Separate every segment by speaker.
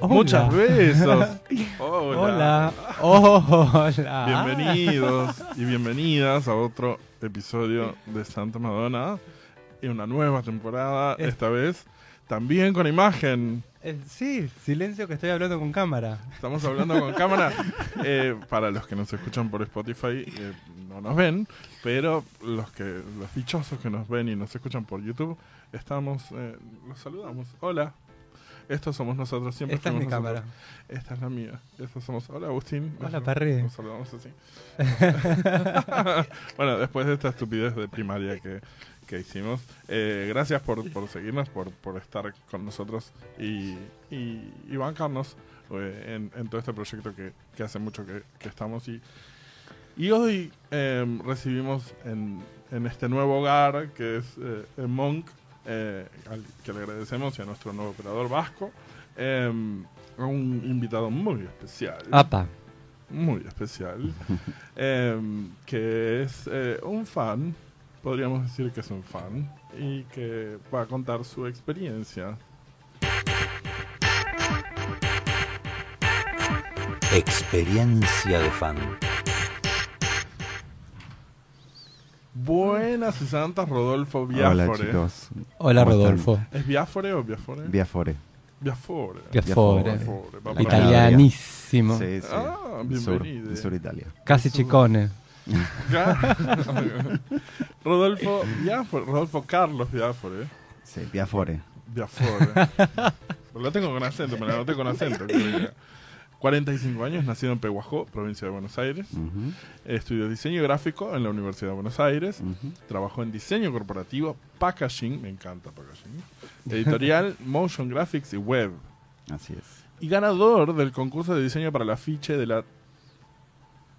Speaker 1: hola.
Speaker 2: Muchas besos.
Speaker 1: Hola.
Speaker 2: Hola.
Speaker 1: Ah. Hola.
Speaker 2: Bienvenidos y bienvenidas a otro episodio de Santa Madonna. Y una nueva temporada,
Speaker 1: Eh.
Speaker 2: esta vez también con imagen.
Speaker 1: Eh, Sí, silencio que estoy hablando con cámara.
Speaker 2: Estamos hablando con cámara. Eh, para los que nos escuchan por Spotify, eh, no nos ven, pero los que los dichosos que nos ven y nos escuchan por YouTube, estamos, eh, los saludamos. Hola. Estos somos nosotros, siempre
Speaker 1: Esta es mi
Speaker 2: fuimos nosotros.
Speaker 1: cámara.
Speaker 2: Esta es la mía. Estos somos. Hola, Agustín.
Speaker 1: Hola,
Speaker 2: Nos-
Speaker 1: Parry.
Speaker 2: Nos saludamos así. bueno, después de esta estupidez de primaria que, que hicimos, eh, gracias por, por seguirnos, por, por estar con nosotros y, y, y bancarnos eh, en, en todo este proyecto que, que hace mucho que, que estamos. Y, y hoy eh, recibimos en, en este nuevo hogar que es eh, en Monk, eh, al que le agradecemos y a nuestro nuevo operador vasco. eh, a un invitado muy especial
Speaker 3: Ah.
Speaker 1: Apa.
Speaker 2: muy especial, em, que es eh, un fan, podríamos decir que es un fan, y que va a contar su experiencia.
Speaker 4: Experiencia de fan.
Speaker 2: Buenas y santas, Rodolfo Biafore.
Speaker 3: Hola chicos.
Speaker 1: Hola,
Speaker 3: ¿Cómo están?
Speaker 1: Rodolfo.
Speaker 2: ¿Es Biafore o Biafore?
Speaker 3: Viafore.
Speaker 2: Biafore.
Speaker 1: Biafore.
Speaker 2: Biafore, va
Speaker 3: La
Speaker 2: por
Speaker 3: Italia.
Speaker 1: Italianísimo.
Speaker 3: Sí, sí.
Speaker 2: Ah,
Speaker 3: Del sur,
Speaker 2: bienvenida.
Speaker 3: del sur de Italia.
Speaker 1: Casi chicone.
Speaker 2: acá. Rodolfo Biafore, Rodolfo Carlos Biafore.
Speaker 3: Sí, Viafore.
Speaker 2: Biafore. Lo tengo con acento, me lo noté con acento. creo que era. 45 años, nacido en Pehuajó, provincia de Buenos Aires.
Speaker 3: Ujú,
Speaker 2: Estudió diseño gráfico en la Universidad de Buenos Aires.
Speaker 3: ujú.
Speaker 2: Trabajó en diseño corporativo, packaging, me encanta packaging, editorial, motion graphics y web.
Speaker 3: Así es.
Speaker 2: Y ganador del concurso de diseño para el afiche de la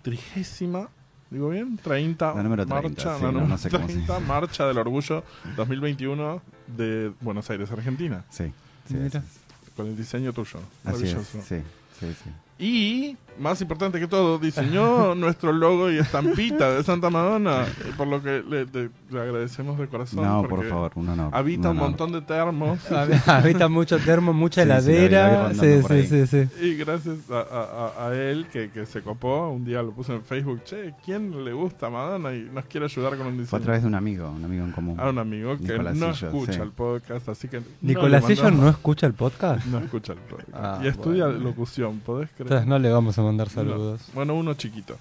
Speaker 2: trigésima, digo bien, 30,
Speaker 3: La número 30,
Speaker 2: marcha,
Speaker 3: sí,
Speaker 2: la
Speaker 3: no,
Speaker 2: número
Speaker 3: no sé cómo se
Speaker 2: 30 marcha del orgullo 2021 de Buenos Aires, Argentina,
Speaker 3: Sí. sí,
Speaker 1: Mira.
Speaker 3: así
Speaker 2: con el diseño tuyo.
Speaker 3: es. Así
Speaker 2: Maravilloso.
Speaker 3: es. Sí, sí, sí.
Speaker 2: Y, más importante que todo, diseñó nuestro logo y estampita de Santa Madonna, eh, por lo que le, te- le agradecemos de corazón.
Speaker 3: No,
Speaker 2: porque
Speaker 3: por favor, uno no.
Speaker 2: Habita un montón de termos
Speaker 1: Habita mucho termo, mucha
Speaker 3: Sí, sí, la vi- la vi
Speaker 1: heladera.
Speaker 3: rondando
Speaker 1: Sí,
Speaker 3: por
Speaker 1: sí,
Speaker 3: ahí.
Speaker 1: sí, sí.
Speaker 2: y gracias a, a- a- a él que, que se copó, un día lo puso en Facebook, che, ¿quién le gusta Madonna y nos quiere ayudar con un
Speaker 3: Fue a
Speaker 2: diseño?
Speaker 3: través de un amigo, un amigo en común.
Speaker 2: A un amigo que no
Speaker 3: Nicolasillo,
Speaker 2: escucha
Speaker 3: sí.
Speaker 2: el podcast, así que... no le
Speaker 1: Nicolasillo no
Speaker 2: mandamos-
Speaker 1: escucha el podcast.
Speaker 2: no escucha el podcast.
Speaker 1: Ah,
Speaker 2: y estudia
Speaker 1: bueno.
Speaker 2: locución, ¿podés creer?
Speaker 1: Entonces no le vamos a mandar
Speaker 2: No.
Speaker 1: saludos.
Speaker 2: Bueno, uno chiquito.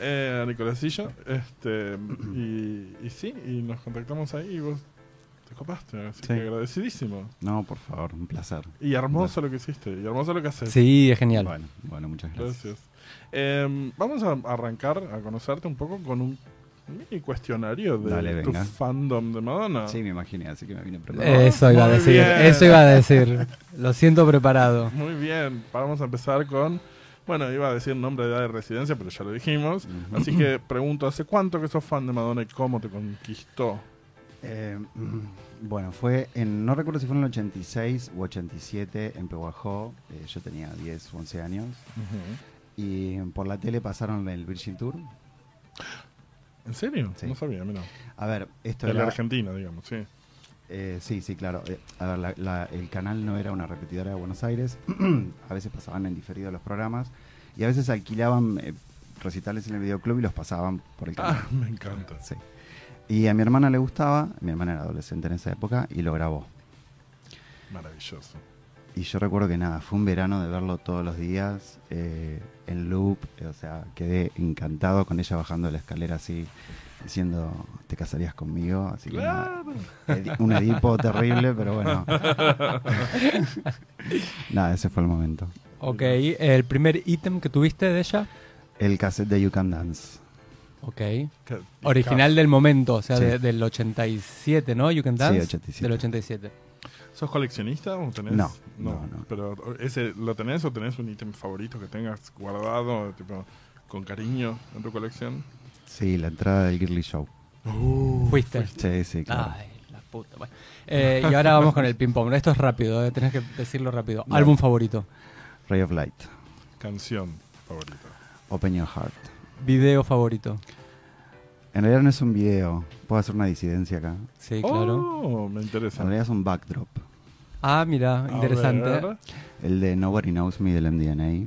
Speaker 2: Eh, a Nicolasilla, este, y, y sí, y nos contactamos ahí y vos te copaste, así
Speaker 3: Sí.
Speaker 2: que agradecidísimo.
Speaker 3: No, por favor, un placer.
Speaker 2: Y hermoso lo que hiciste, y hermoso lo que haces.
Speaker 1: Sí, es genial.
Speaker 3: Bueno, bueno, muchas gracias.
Speaker 2: Gracias. Eh, vamos a arrancar a conocerte un poco con un mini cuestionario de
Speaker 3: Dale,
Speaker 2: tu
Speaker 3: venga.
Speaker 2: fandom de Madonna.
Speaker 3: Sí, me imaginé, así que me vine preparado.
Speaker 1: Eso iba a
Speaker 2: Muy
Speaker 1: decir,
Speaker 2: bien.
Speaker 1: eso iba a decir. Lo siento preparado.
Speaker 2: Muy bien, vamos a empezar con, bueno, iba a decir nombre, edad de residencia, pero ya lo dijimos.
Speaker 3: Ujú.
Speaker 2: Así que pregunto, ¿hace cuánto que sos fan de Madonna y cómo te conquistó?
Speaker 3: Eh, bueno, fue en, no recuerdo si fue en el 86 u 87 en Pehuajó. eh, yo tenía 10 u 11 años. Y por la tele pasaron el Virgin Tour.
Speaker 2: ¿En serio?
Speaker 3: Sí.
Speaker 2: No sabía, mira.
Speaker 3: A ver, esto
Speaker 2: De la
Speaker 3: era-
Speaker 2: Argentina, digamos, sí.
Speaker 3: Eh, sí, sí, claro. Eh, a ver, la- la- el canal no era una repetidora de Buenos Aires. a veces pasaban en diferido los programas. Y a veces alquilaban eh, recitales en el videoclub y los pasaban por el canal.
Speaker 2: Ah, me encanta.
Speaker 3: Sí. Y a mi hermana le gustaba. Mi hermana era adolescente en esa época y lo grabó.
Speaker 2: Maravilloso.
Speaker 3: Y yo recuerdo que nada, fue un verano de verlo todos los días eh, en loop. eh, O sea, quedé encantado con ella bajando la escalera así, diciendo, ¿te casarías conmigo? Así que nada,
Speaker 2: Claro.
Speaker 3: Edi- un Edipo terrible, pero bueno. Nada, ese fue el momento.
Speaker 1: Ok, el primer ítem que tuviste de ella.
Speaker 3: El cassette de You Can Dance.
Speaker 1: Ok.
Speaker 2: Qué-
Speaker 1: Original del momento, o sea,
Speaker 3: Sí.
Speaker 1: de- del 87, ¿no? You Can
Speaker 3: Sí,
Speaker 1: Dance.
Speaker 3: 87.
Speaker 1: Del 87.
Speaker 2: ¿Sos coleccionista o tenés?
Speaker 3: No, no, no.
Speaker 2: Pero ese, ¿lo tenés o tenés un ítem favorito que tengas guardado, tipo, con cariño en tu colección?
Speaker 3: Sí, la entrada del Girly Show.
Speaker 1: Fuiste.
Speaker 3: Sí, sí, claro.
Speaker 1: Ay, la puta. bueno. Eh, y ahora vamos con el ping-pong. Esto es rápido, eh, tenés que decirlo rápido. Álbum favorito.
Speaker 3: Ray of Light,
Speaker 2: Canción favorita.
Speaker 3: Open Your Heart.
Speaker 1: Video favorito.
Speaker 3: En realidad no es un video, puedo hacer una disidencia acá.
Speaker 1: Sí, claro.
Speaker 2: Oh, me
Speaker 3: En
Speaker 2: interesa.
Speaker 3: realidad es un backdrop.
Speaker 1: Ah, mira,
Speaker 2: A
Speaker 1: interesante.
Speaker 2: ver.
Speaker 3: El de Nobody Knows Me del MDNA.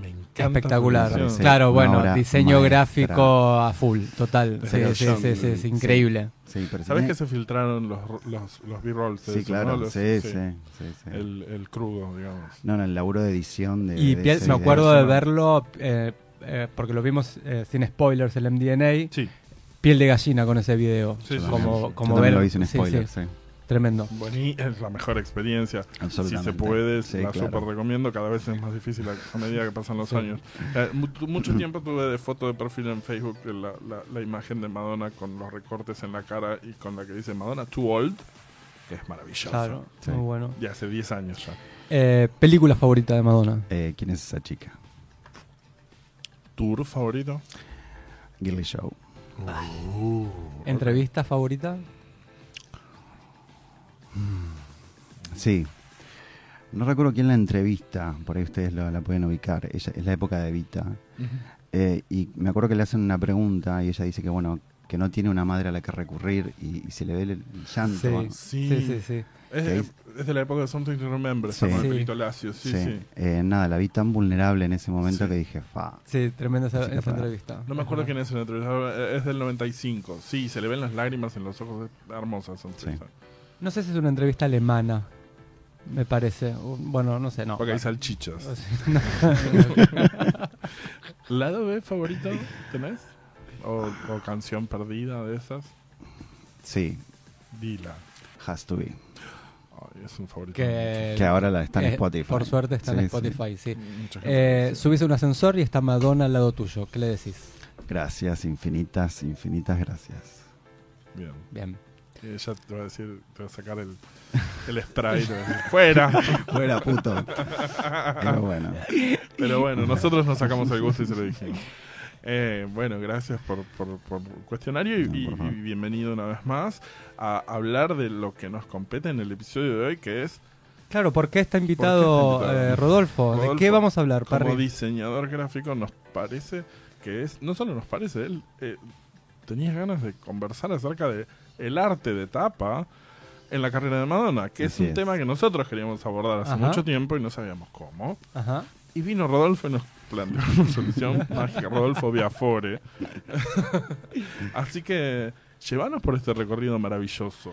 Speaker 2: Me encanta. tu
Speaker 1: Espectacular.
Speaker 2: canción.
Speaker 3: Sí.
Speaker 1: Claro, bueno,
Speaker 3: Una
Speaker 1: diseño
Speaker 3: obra
Speaker 1: gráfico a full, total. Sí,
Speaker 3: Pero
Speaker 1: sí,
Speaker 3: yo-
Speaker 1: sí, sí, es increíble.
Speaker 3: Sí, pero
Speaker 2: ¿Sabes
Speaker 3: tiene-
Speaker 2: que se filtraron los, los, los B-rolls? de
Speaker 3: Sí,
Speaker 2: eso,
Speaker 3: claro.
Speaker 2: ¿no? Los-
Speaker 3: sí, sí, sí, sí.
Speaker 2: El, el crudo, digamos.
Speaker 3: No, no, el laburo de edición de.
Speaker 1: Y
Speaker 3: de
Speaker 1: piel-
Speaker 3: ese
Speaker 1: me
Speaker 3: video
Speaker 1: acuerdo
Speaker 3: es
Speaker 1: de
Speaker 3: una-
Speaker 1: verlo, eh, eh, porque lo vimos eh, sin spoilers el MDNA,
Speaker 2: Sí,
Speaker 1: piel de gallina con ese video.
Speaker 2: Sí, sí,
Speaker 1: como
Speaker 2: sí.
Speaker 1: como
Speaker 3: Yo también
Speaker 1: ver,
Speaker 3: lo hice en
Speaker 1: sí,
Speaker 3: spoiler,
Speaker 1: sí,
Speaker 3: sí.
Speaker 1: Tremendo.
Speaker 2: buení- es la mejor experiencia. Si
Speaker 3: Absolutamente.
Speaker 2: se puede,
Speaker 3: Sí,
Speaker 2: la
Speaker 3: claro.
Speaker 2: super recomiendo. Cada vez es más difícil a, a medida que pasan los años. Eh, mu- tu- mucho tiempo tuve de foto de perfil en Facebook eh, la, la- la imagen de Madonna con los recortes en la cara y con la que dice Madonna Too Old, que es maravilloso.
Speaker 1: Claro,
Speaker 3: Sí.
Speaker 1: muy bueno.
Speaker 2: Y hace 10 años ya.
Speaker 1: Eh, película favorita de Madonna.
Speaker 3: Eh, ¿Quién es esa chica?
Speaker 2: ¿Tour favorito?
Speaker 3: Girly Show.
Speaker 1: ¿Entrevista favorita?
Speaker 3: Sí. No recuerdo quién la entrevista, por ahí ustedes lo- la pueden ubicar. Ella, es la época de Evita. Eh, y me acuerdo que le hacen una pregunta y ella dice que, bueno, que no tiene una madre a la que recurrir y, y se le ve el, el llanto.
Speaker 1: Sí,
Speaker 2: Sí.
Speaker 1: sí, sí. sí.
Speaker 2: Es, es de la época de Something to Remember,
Speaker 3: Sí.
Speaker 2: está con el
Speaker 1: Sí.
Speaker 2: pelito lacio. Sí, sí.
Speaker 3: Sí. Eh, nada, la vi tan vulnerable en ese momento
Speaker 2: Sí.
Speaker 3: que dije, fa.
Speaker 1: Sí, tremenda esa,
Speaker 3: Así que
Speaker 1: esa
Speaker 3: para-
Speaker 1: entrevista.
Speaker 2: No me acuerdo
Speaker 1: Ajá.
Speaker 2: quién es el entrevistador, eh, es del 95. Sí, se le ven las lágrimas en los ojos, es hermosa esa entrevista.
Speaker 1: No sé si es una entrevista alemana, me parece. O- Bueno, no sé, no.
Speaker 2: Porque hay salchichas.
Speaker 1: No.
Speaker 2: ¿Lado B favorito tenés? ¿O, o canción perdida de esas?
Speaker 3: Sí,
Speaker 2: Dila.
Speaker 3: has to be.
Speaker 2: Ay, es un favorito.
Speaker 1: que,
Speaker 3: Que ahora la está en
Speaker 1: eh,
Speaker 3: Spotify.
Speaker 1: Por suerte está en
Speaker 3: Sí,
Speaker 1: Spotify, sí.
Speaker 2: Mucha gente
Speaker 1: Eh, subís a un ascensor y está Madonna al lado tuyo. ¿Qué le decís?
Speaker 3: sí. Gracias, infinitas, infinitas gracias.
Speaker 2: lo dice. Bien.
Speaker 1: Bien.
Speaker 2: Y ella te va a decir, te va a sacar el, el spray. y te va a decir, ¡Fuera!
Speaker 3: Fuera, puto. Pero bueno.
Speaker 2: Pero bueno, nosotros nos sacamos el gusto y se lo dijimos. Eh, bueno, gracias por, por, por el cuestionario y,
Speaker 3: No,
Speaker 2: y-
Speaker 3: por favor.
Speaker 2: y bienvenido una vez más a hablar de lo que nos compete en el episodio de hoy, que es
Speaker 1: Claro, ¿por qué está invitado,
Speaker 2: ¿Por qué está invitado?
Speaker 1: eh, Rodolfo? ¿De
Speaker 2: Rodolfo,
Speaker 1: qué vamos a hablar,
Speaker 2: como
Speaker 1: Parry?
Speaker 2: diseñador gráfico nos parece que es, no solo nos parece, él eh, tenías ganas de conversar acerca de el arte de tapa en la carrera de Madonna, que es
Speaker 3: Así
Speaker 2: un
Speaker 3: es.
Speaker 2: tema que nosotros queríamos abordar hace
Speaker 1: Ajá.
Speaker 2: mucho tiempo y no sabíamos cómo.
Speaker 1: Ajá.
Speaker 2: Y vino Rodolfo y nos planteó una solución mágica, Rodolfo Biafore. Así que llévanos por este recorrido maravilloso.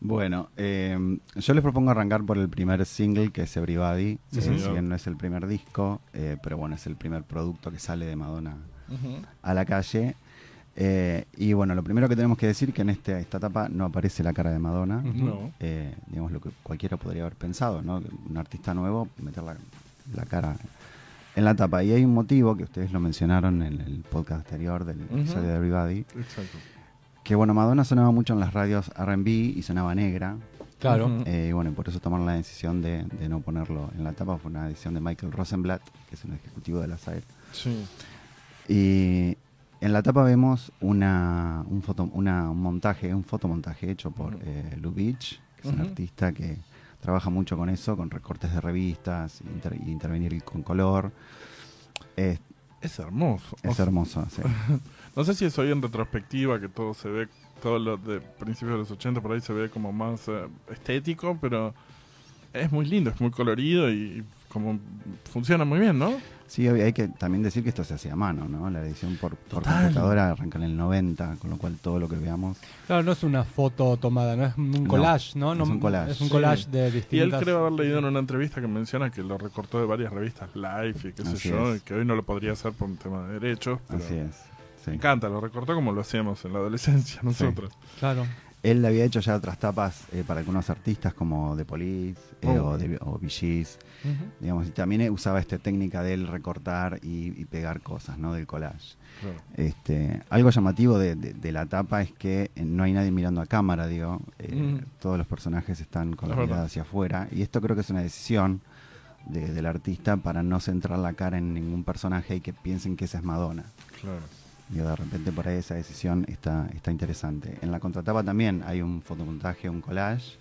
Speaker 3: Bueno, eh, yo les propongo arrancar por el primer single que es Everybody.
Speaker 2: Sí,
Speaker 3: eh,
Speaker 2: señor.
Speaker 3: si bien no es el primer disco, eh, pero bueno, es el primer producto que sale de Madonna a la calle. Eh, y bueno, lo primero que tenemos que decir que en este, esta etapa no aparece la cara de Madonna.
Speaker 1: Ujú.
Speaker 2: No.
Speaker 3: eh, digamos lo que cualquiera podría haber pensado, ¿no? Un artista nuevo, meter la, la cara en la tapa. Y hay un motivo que ustedes lo mencionaron en el podcast anterior del
Speaker 2: Ujú.
Speaker 3: episodio de Everybody,
Speaker 2: Exacto.
Speaker 3: que bueno, Madonna sonaba mucho en las radios R&B y sonaba negra.
Speaker 1: Claro.
Speaker 2: Ujú.
Speaker 3: Eh, y bueno, por eso tomaron la decisión de, de no ponerlo en la tapa. Fue una decisión de Michael Rosenblatt, que es un ejecutivo de la SAE.
Speaker 2: Sí.
Speaker 3: Y en la tapa vemos una, un, foto, una- un montaje, un fotomontaje hecho por
Speaker 2: Ujú.
Speaker 3: eh, Lou Beach, que es un
Speaker 2: Mm. Ujú.
Speaker 3: artista que trabaja mucho con eso, con recortes de revistas, inter- y intervenir con color. Es,
Speaker 2: Es hermoso. O
Speaker 3: es
Speaker 2: sea,
Speaker 3: hermoso, sí.
Speaker 2: No sé si es hoy en retrospectiva que todo se ve, todo lo de principios de los 80 por ahí se ve como más eh, estético, pero es muy lindo, es muy colorido y, y como funciona muy bien, ¿no?
Speaker 3: Sí, hay hay que también decir que esto se hacía a mano, ¿no? La edición por, por
Speaker 2: Total.
Speaker 3: computadora arranca en el 90, con lo cual todo lo que veamos
Speaker 1: Claro, no es una foto tomada, no es un
Speaker 3: No,
Speaker 1: collage, ¿no? No,
Speaker 3: es un collage.
Speaker 1: Es un collage
Speaker 2: Sí.
Speaker 1: de
Speaker 2: Y él
Speaker 1: distintas...
Speaker 2: creo haber leído en una entrevista que menciona que lo recortó de varias revistas Life y qué sé
Speaker 3: Así
Speaker 2: yo,
Speaker 3: es.
Speaker 2: y que hoy no lo podría hacer por un tema de derechos. Pero
Speaker 3: Así es. sí.
Speaker 2: Me encanta, lo recortó como lo hacíamos en la adolescencia nosotros.
Speaker 1: Claro.
Speaker 3: Él había hecho ya otras tapas eh, para algunos artistas como The Police eh,
Speaker 2: Oh.
Speaker 3: o, The- o Bee Gees, digamos, y también eh, usaba esta técnica del recortar y, y pegar cosas, ¿no? Del collage.
Speaker 2: Claro.
Speaker 3: Este, algo llamativo de, de- de la tapa es que eh, no hay nadie mirando a cámara, digo. eh,
Speaker 2: Mm.
Speaker 3: Todos los personajes están con la
Speaker 2: Es verdad.
Speaker 3: mirada hacia afuera. Y esto creo que es una decisión de- del artista para no centrar la cara en ningún personaje y que piensen que esa es Madonna.
Speaker 2: Claro.
Speaker 3: Digo, de repente por ahí esa decisión está, está interesante. En la contratapa también hay un fotomontaje, un collage,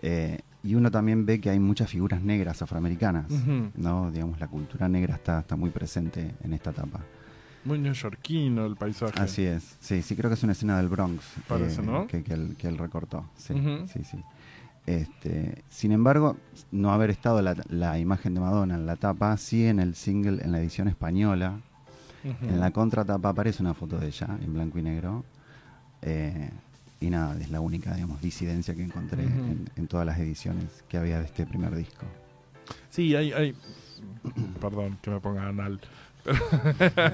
Speaker 3: eh, y uno también ve que hay muchas figuras negras afroamericanas,
Speaker 2: Ujú.
Speaker 3: ¿no? Digamos, la cultura negra está, está muy presente en esta etapa.
Speaker 2: Muy neoyorquino el paisaje.
Speaker 3: Así es, sí, sí, creo que es una escena del Bronx eh,
Speaker 2: Parece, ¿no?
Speaker 3: que, que él, que él recortó. Sí,
Speaker 2: Ujú.
Speaker 3: sí, sí. Este, sin embargo, no haber estado la, la imagen de Madonna en la tapa, sí en el single, en la edición española,
Speaker 2: Ujú.
Speaker 3: en la contratapa aparece una foto de ella en blanco y negro. Eh, y nada, es la única, digamos, disidencia que encontré
Speaker 2: Ujú.
Speaker 3: en, en todas las ediciones que había de este primer disco.
Speaker 2: Sí, hay, hay. Perdón que me ponga anal. Pero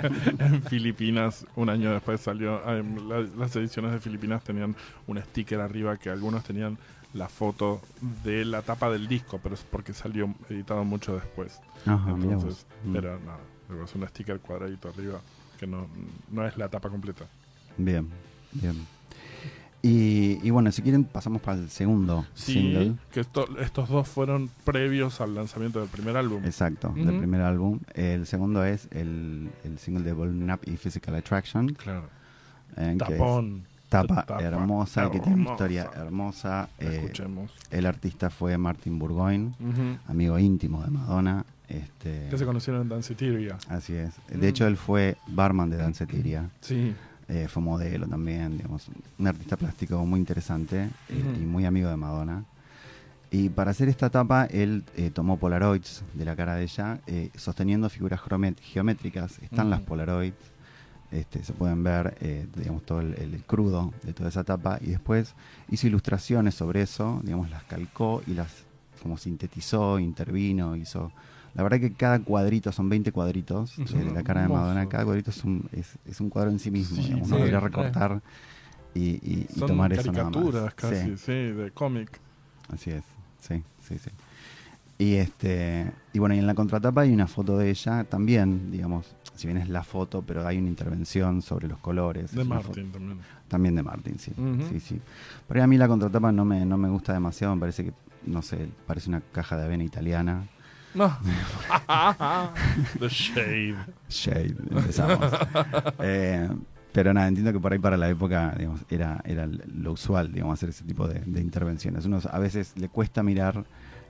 Speaker 2: en Filipinas, un año después salió. em, la- las ediciones de Filipinas tenían un sticker arriba que algunos tenían la foto de la tapa del disco, pero es porque salió editado mucho después.
Speaker 3: Ajá, mirá
Speaker 2: Entonces,
Speaker 3: vos. Mm.
Speaker 2: pero nada, es un sticker cuadradito arriba que no, no es la tapa completa.
Speaker 3: Bien, bien. Y, y bueno, si quieren pasamos para el segundo
Speaker 2: Sí,
Speaker 3: single.
Speaker 2: que esto- estos dos fueron previos al lanzamiento del primer álbum.
Speaker 3: Exacto,
Speaker 2: Ujú.
Speaker 3: del primer álbum. El segundo es el, el single de Volume Up y Physical Attraction.
Speaker 2: Claro.
Speaker 3: eh, que es
Speaker 2: Tapón.
Speaker 3: tapa,
Speaker 2: Tapa
Speaker 3: hermosa, que tiene una
Speaker 2: hermosa.
Speaker 3: historia hermosa. eh,
Speaker 2: Escuchemos.
Speaker 3: el artista fue Martin Burgoyne,
Speaker 2: Ujú.
Speaker 3: amigo íntimo de Madonna. Este,
Speaker 2: Que se conocieron en Dancetiria.
Speaker 3: así es. De hecho, él fue barman de Dancetiria.
Speaker 2: Sí.
Speaker 3: eh, fue modelo también, digamos, un artista plástico muy interesante eh,
Speaker 2: Ujú.
Speaker 3: y muy amigo de Madonna. Y para hacer esta tapa, él eh, tomó polaroids de la cara de ella, eh, sosteniendo figuras crome- geométricas. Están las polaroids, este, se pueden ver, eh, digamos, todo el, el crudo de toda esa tapa. Y después hizo ilustraciones sobre eso, digamos, las calcó y las como sintetizó, intervino, hizo... La verdad que cada cuadrito, son 20 cuadritos eh, de la cara de Madonna,
Speaker 2: Hermoso.
Speaker 3: cada cuadrito es un, es, es un cuadro en sí mismo,
Speaker 2: Sí,
Speaker 3: digamos,
Speaker 2: sí,
Speaker 3: uno podría
Speaker 1: re.
Speaker 3: recortar y, y- y
Speaker 2: Son
Speaker 3: tomar eso nada más.
Speaker 2: caricaturas casi, sí,
Speaker 3: Sí,
Speaker 2: de cómic.
Speaker 3: así es, sí, sí, sí. Y este, y bueno, y en la contratapa hay una foto de ella también, digamos, si bien es la foto, pero hay una intervención sobre los colores.
Speaker 2: De
Speaker 3: es una
Speaker 2: Martin también.
Speaker 3: foto- también de Martin, sí.
Speaker 2: Ujú.
Speaker 3: sí, sí. Pero a mí la contratapa no me, no me gusta demasiado, me parece que, no sé, parece una caja de avena italiana.
Speaker 2: No. The Shade.
Speaker 3: Shade, empezamos. Eh, pero nada, entiendo que por ahí para la época digamos, era, era lo usual digamos, hacer ese tipo de, de intervenciones. Uno a veces le cuesta mirar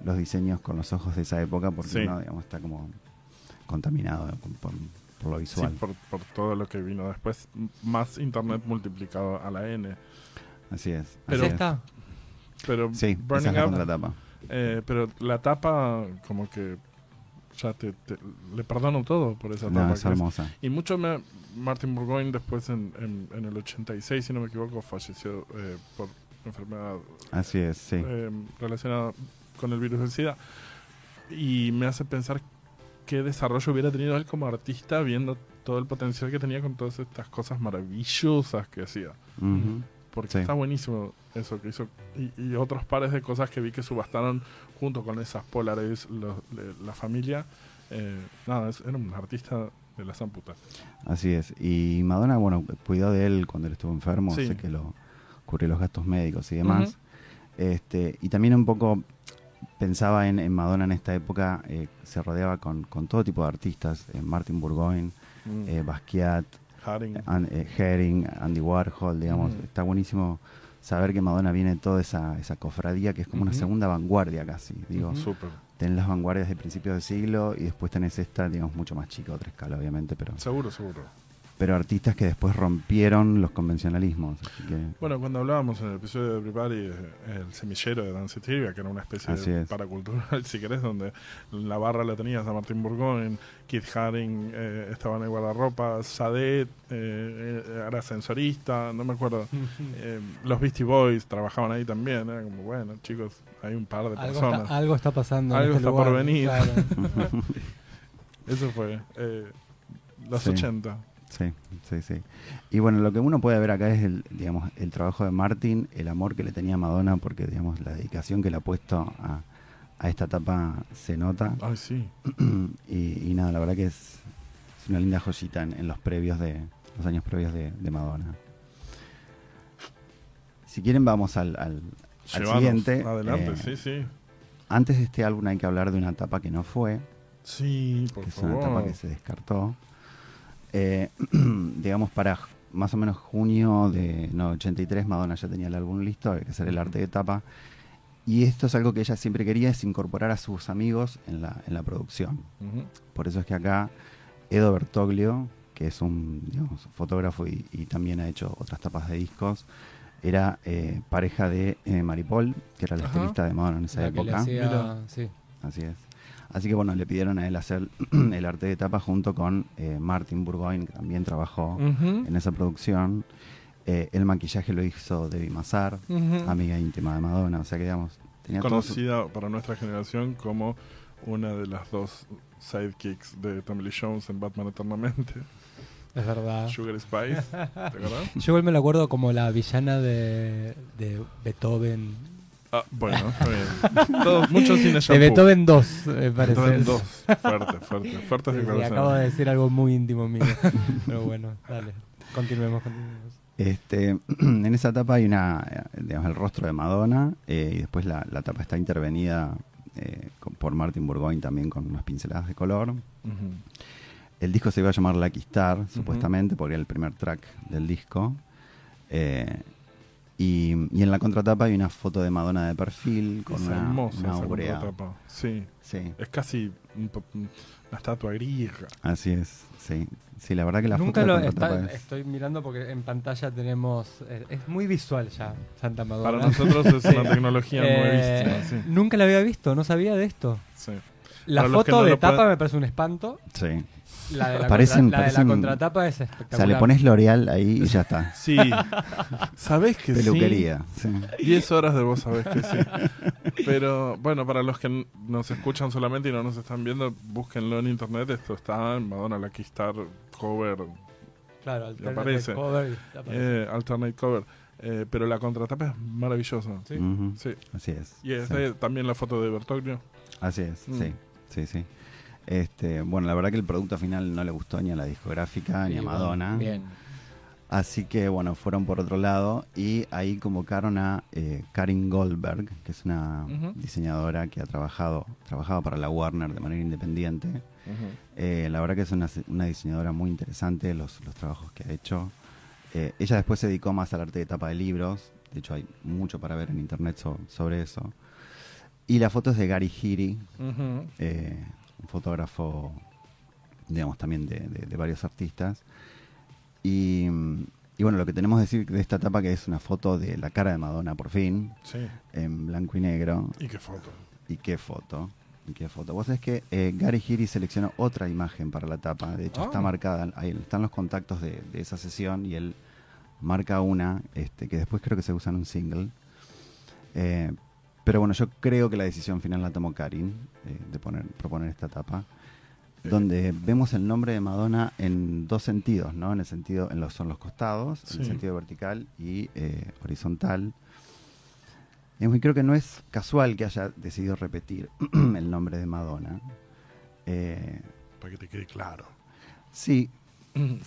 Speaker 3: los diseños con los ojos de esa época porque
Speaker 2: Sí.
Speaker 3: uno digamos, está como contaminado por, por lo
Speaker 2: Sí,
Speaker 3: visual.
Speaker 2: por, por todo lo que vino después. M- Más internet multiplicado a la N.
Speaker 3: Así es.
Speaker 2: Pero-
Speaker 3: así
Speaker 1: ¿Ya
Speaker 3: es.
Speaker 1: está?
Speaker 2: Pero
Speaker 3: Sí, esa
Speaker 2: Burning
Speaker 3: es la
Speaker 2: Up,
Speaker 3: contratapa.
Speaker 2: eh, pero la tapa, como que ya te, te- le perdono todo por esa tapa.
Speaker 3: No, es
Speaker 2: que es-
Speaker 3: hermosa.
Speaker 2: Y mucho me, Martin Burgoyne después en, en- en el 86, si no me equivoco, falleció eh, por enfermedad
Speaker 3: Así es, sí.
Speaker 2: eh, relacionada con el virus del SIDA. Y me hace pensar qué desarrollo hubiera tenido él como artista viendo todo el potencial que tenía con todas estas cosas maravillosas que hacía.
Speaker 3: Ujú.
Speaker 2: Porque
Speaker 3: Sí.
Speaker 2: está buenísimo eso que hizo. Y, y otros pares de cosas que vi que subastaron junto con esas Polaroids los- le- la familia. Eh, nada, es- era un artista de la zamputa.
Speaker 3: Así es. Y Madonna, bueno, cuidó de él cuando él estuvo enfermo,
Speaker 2: Sí.
Speaker 3: sé que lo cubrió los gastos médicos y demás. este, y también un poco pensaba en, en Madonna en esta época, eh, se rodeaba con, con todo tipo de artistas, eh, Martin Burgoyne,
Speaker 2: Mm.
Speaker 3: eh, Basquiat,
Speaker 2: Haring.
Speaker 3: An- eh, Herring, Andy Warhol, digamos,
Speaker 2: Ujú.
Speaker 3: está buenísimo saber que Madonna viene de toda esa, esa cofradía que es como una
Speaker 2: Ujú.
Speaker 3: segunda vanguardia casi, digo,
Speaker 2: Súper.
Speaker 3: tenés las vanguardias de principios del siglo y después tenés esta, digamos, mucho más chica, otra escala obviamente, pero
Speaker 2: Seguro, seguro.
Speaker 3: pero artistas que después rompieron los convencionalismos. así que-
Speaker 2: Bueno, cuando hablábamos en el episodio de Everybody, eh, el semillero de Dance Trivia, que era una especie
Speaker 3: Así
Speaker 2: de
Speaker 3: es.
Speaker 2: paracultural, si querés, donde en la barra la tenías a Martín Burgoyne, Keith Haring eh, estaba en el guardarropa, Sadet eh, eh, era sensorista, no me acuerdo. Eh, los Beastie Boys trabajaban ahí también, era como, bueno, chicos, hay un par de
Speaker 1: Algo
Speaker 2: personas.
Speaker 1: está, algo está pasando. en
Speaker 2: Algo
Speaker 1: este
Speaker 2: está por
Speaker 1: lugar,
Speaker 2: venir.
Speaker 1: claro.
Speaker 2: Eso fue. eh, los
Speaker 3: Sí.
Speaker 2: 80.
Speaker 3: Sí, sí, sí. Y bueno, lo que uno puede ver acá es el, digamos, el trabajo de Martin, el amor que le tenía a Madonna, porque digamos la dedicación que le ha puesto a, a esta etapa se nota.
Speaker 2: Ay, sí.
Speaker 3: y, y nada, la verdad que es, es una linda joyita en, en los previos de los años previos de, de Madonna. Si quieren vamos al, al, al
Speaker 2: Llevanos
Speaker 3: siguiente.
Speaker 2: Adelante, sí,
Speaker 3: Eh,
Speaker 2: sí.
Speaker 3: Antes de este álbum hay que hablar de una etapa que no fue,
Speaker 2: Sí, por
Speaker 3: que es una
Speaker 2: favor.
Speaker 3: etapa que se descartó. Eh, digamos, para j- más o menos junio de no, 83, Madonna ya tenía el álbum listo, había que hacer el arte de tapa. Y esto es algo que ella siempre quería, es incorporar a sus amigos en la, en la producción.
Speaker 2: Ujú.
Speaker 3: Por eso es que acá Edo Bertoglio, que es un digamos, fotógrafo y, y también ha hecho otras tapas de discos, era eh, pareja de eh, Maripol, que era la
Speaker 2: Ajá.
Speaker 3: estilista de Madonna en esa
Speaker 1: La que le
Speaker 3: época.
Speaker 1: hacía, sí.
Speaker 3: Así es. Así que bueno, le pidieron a él hacer el arte de tapa junto con eh, Martin Burgoyne, que también trabajó
Speaker 2: Ujú.
Speaker 3: en esa producción. Eh, el maquillaje lo hizo Debbie Mazar,
Speaker 2: Ujú.
Speaker 3: amiga íntima de Madonna, o sea que digamos, tenía todo su-
Speaker 2: Conocida para nuestra generación como una de las dos sidekicks de Tommy Lee Jones en Batman Eternamente,
Speaker 1: Es verdad.
Speaker 2: Sugar Spice, ¿te acordás?
Speaker 1: Yo igual me la acuerdo como la villana de, de Beethoven.
Speaker 2: Ah, bueno, está bien. Todos, muchos cine
Speaker 1: De
Speaker 2: shampoo.
Speaker 1: Beethoven 2, me parece.
Speaker 2: Beethoven dos. Fuerte, fuerte, fuertes
Speaker 1: Sí, acabo de
Speaker 2: declaraciones.
Speaker 1: decir algo muy íntimo mío. Pero bueno, dale. Continuemos, continuemos.
Speaker 3: Este, en esa tapa hay una, eh, digamos, el rostro de Madonna eh, y después la, la tapa está intervenida eh, con- por Martin Burgoyne también con unas pinceladas de color.
Speaker 2: Ujú.
Speaker 3: El disco se iba a llamar Lucky Star, supuestamente, porque era el primer track del disco. Eh, y, y en la contratapa hay una foto de Madonna de perfil con
Speaker 2: es
Speaker 3: una,
Speaker 2: hermosa
Speaker 3: una
Speaker 2: esa
Speaker 3: aurea.
Speaker 2: contratapa. Sí,
Speaker 3: Sí,
Speaker 2: es casi un po- una estatua griega.
Speaker 3: así es. Sí, sí la verdad que la
Speaker 1: Nunca
Speaker 3: foto
Speaker 1: lo
Speaker 3: de contratapa
Speaker 1: está-
Speaker 3: es-
Speaker 1: estoy mirando porque en pantalla tenemos. Es, es muy visual ya, Santa Madonna.
Speaker 2: Para nosotros es una tecnología
Speaker 1: Eh,
Speaker 2: nuevísima. Sí,
Speaker 1: Nunca la había visto, no sabía de esto.
Speaker 2: sí.
Speaker 1: La
Speaker 2: Para los que
Speaker 1: foto
Speaker 2: no
Speaker 1: de
Speaker 2: lo
Speaker 1: tapa
Speaker 2: pueden-
Speaker 1: me parece un espanto.
Speaker 3: Sí.
Speaker 1: La de la,
Speaker 3: Parecen-
Speaker 1: contra- la de la
Speaker 3: parecen-
Speaker 1: contratapa es
Speaker 3: O
Speaker 1: espectacular.
Speaker 3: sea, le pones L'Oreal ahí y ya está.
Speaker 2: Sí, sabes que sí.
Speaker 3: Peluquería. sí.
Speaker 2: 10 horas de vos sabés que sí. Pero bueno, para los que n- nos escuchan solamente y no nos están viendo, búsquenlo en internet. Esto está en Madonna Lucky Star cover,
Speaker 1: Claro, alternate
Speaker 2: aparece.
Speaker 1: cover y aparece.
Speaker 2: eh, alternate cover. Eh, pero la contratapa es maravillosa.
Speaker 1: Sí.
Speaker 3: Ujú.
Speaker 2: Mm. Sí.
Speaker 3: Así es.
Speaker 2: Y es
Speaker 3: sí.
Speaker 2: de- también la foto de Bertoglio.
Speaker 3: Así es,
Speaker 2: Mm.
Speaker 3: sí, sí, sí. Este, bueno, la verdad que el producto final no le gustó ni a la discográfica ni
Speaker 1: Y
Speaker 3: a
Speaker 1: bueno,
Speaker 3: Madonna.
Speaker 1: bien.
Speaker 3: Así que bueno, fueron por otro lado y ahí convocaron a eh, Karin Goldberg, que es una
Speaker 2: Ujú.
Speaker 3: diseñadora que ha trabajado, trabajado para la Warner de manera independiente. Eh, la verdad que es una, una diseñadora muy interesante, los, los trabajos que ha hecho. Eh, ella después se dedicó más al arte de tapa de libros, de hecho hay mucho para ver en internet so- sobre eso. Y la foto es de Gary Giri,
Speaker 2: Ujú.
Speaker 3: eh, un fotógrafo, digamos, también de, de- de varios artistas. Y, mm, y bueno, lo que tenemos que decir de esta etapa que es una foto de la cara de Madonna, por fin,
Speaker 2: Sí.
Speaker 3: en blanco y negro.
Speaker 2: Y qué foto.
Speaker 3: Y qué foto. Y qué foto. Vos sabés que eh, Gary Giri seleccionó otra imagen para la tapa. De hecho,
Speaker 2: Ah.
Speaker 3: está marcada. Ahí están los contactos de, de esa sesión y él marca una este, que después creo que se usa en un single. Eh, pero bueno, yo creo que la decisión final la tomó Karin eh, de poner, proponer esta tapa. Donde vemos el nombre de Madonna en dos sentidos, ¿no? En el sentido, en los, son los costados, en el
Speaker 2: Sí.
Speaker 3: sentido vertical y eh, horizontal. Digamos, Y creo que no es casual que haya decidido repetir el nombre de Madonna. Eh,
Speaker 2: Para que te quede claro.
Speaker 3: sí,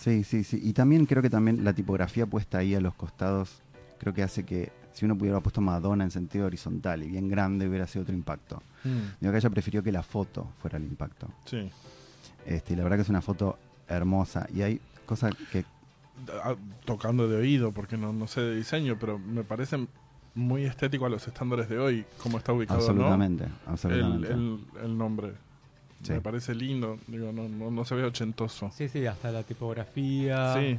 Speaker 3: sí, sí, sí. Y también creo que también la tipografía puesta ahí a los costados, creo que hace que si uno pudiera haber puesto Madonna en sentido horizontal y bien grande, hubiera sido otro impacto. Digo que ella prefirió que la foto fuera el impacto.
Speaker 2: Sí.
Speaker 3: Este, y la verdad que es una foto hermosa. Y hay cosas que...
Speaker 2: Ah, Tocando de oído, porque no, no sé de diseño, pero me parece muy estético a los estándares de hoy, cómo está ubicado, ¿no?
Speaker 3: absolutamente,
Speaker 2: el,
Speaker 3: absolutamente.
Speaker 2: el, el nombre.
Speaker 3: Sí.
Speaker 2: Me parece lindo, digo, no, no, no se ve ochentoso.
Speaker 1: Sí, sí, hasta la tipografía.
Speaker 2: Sí,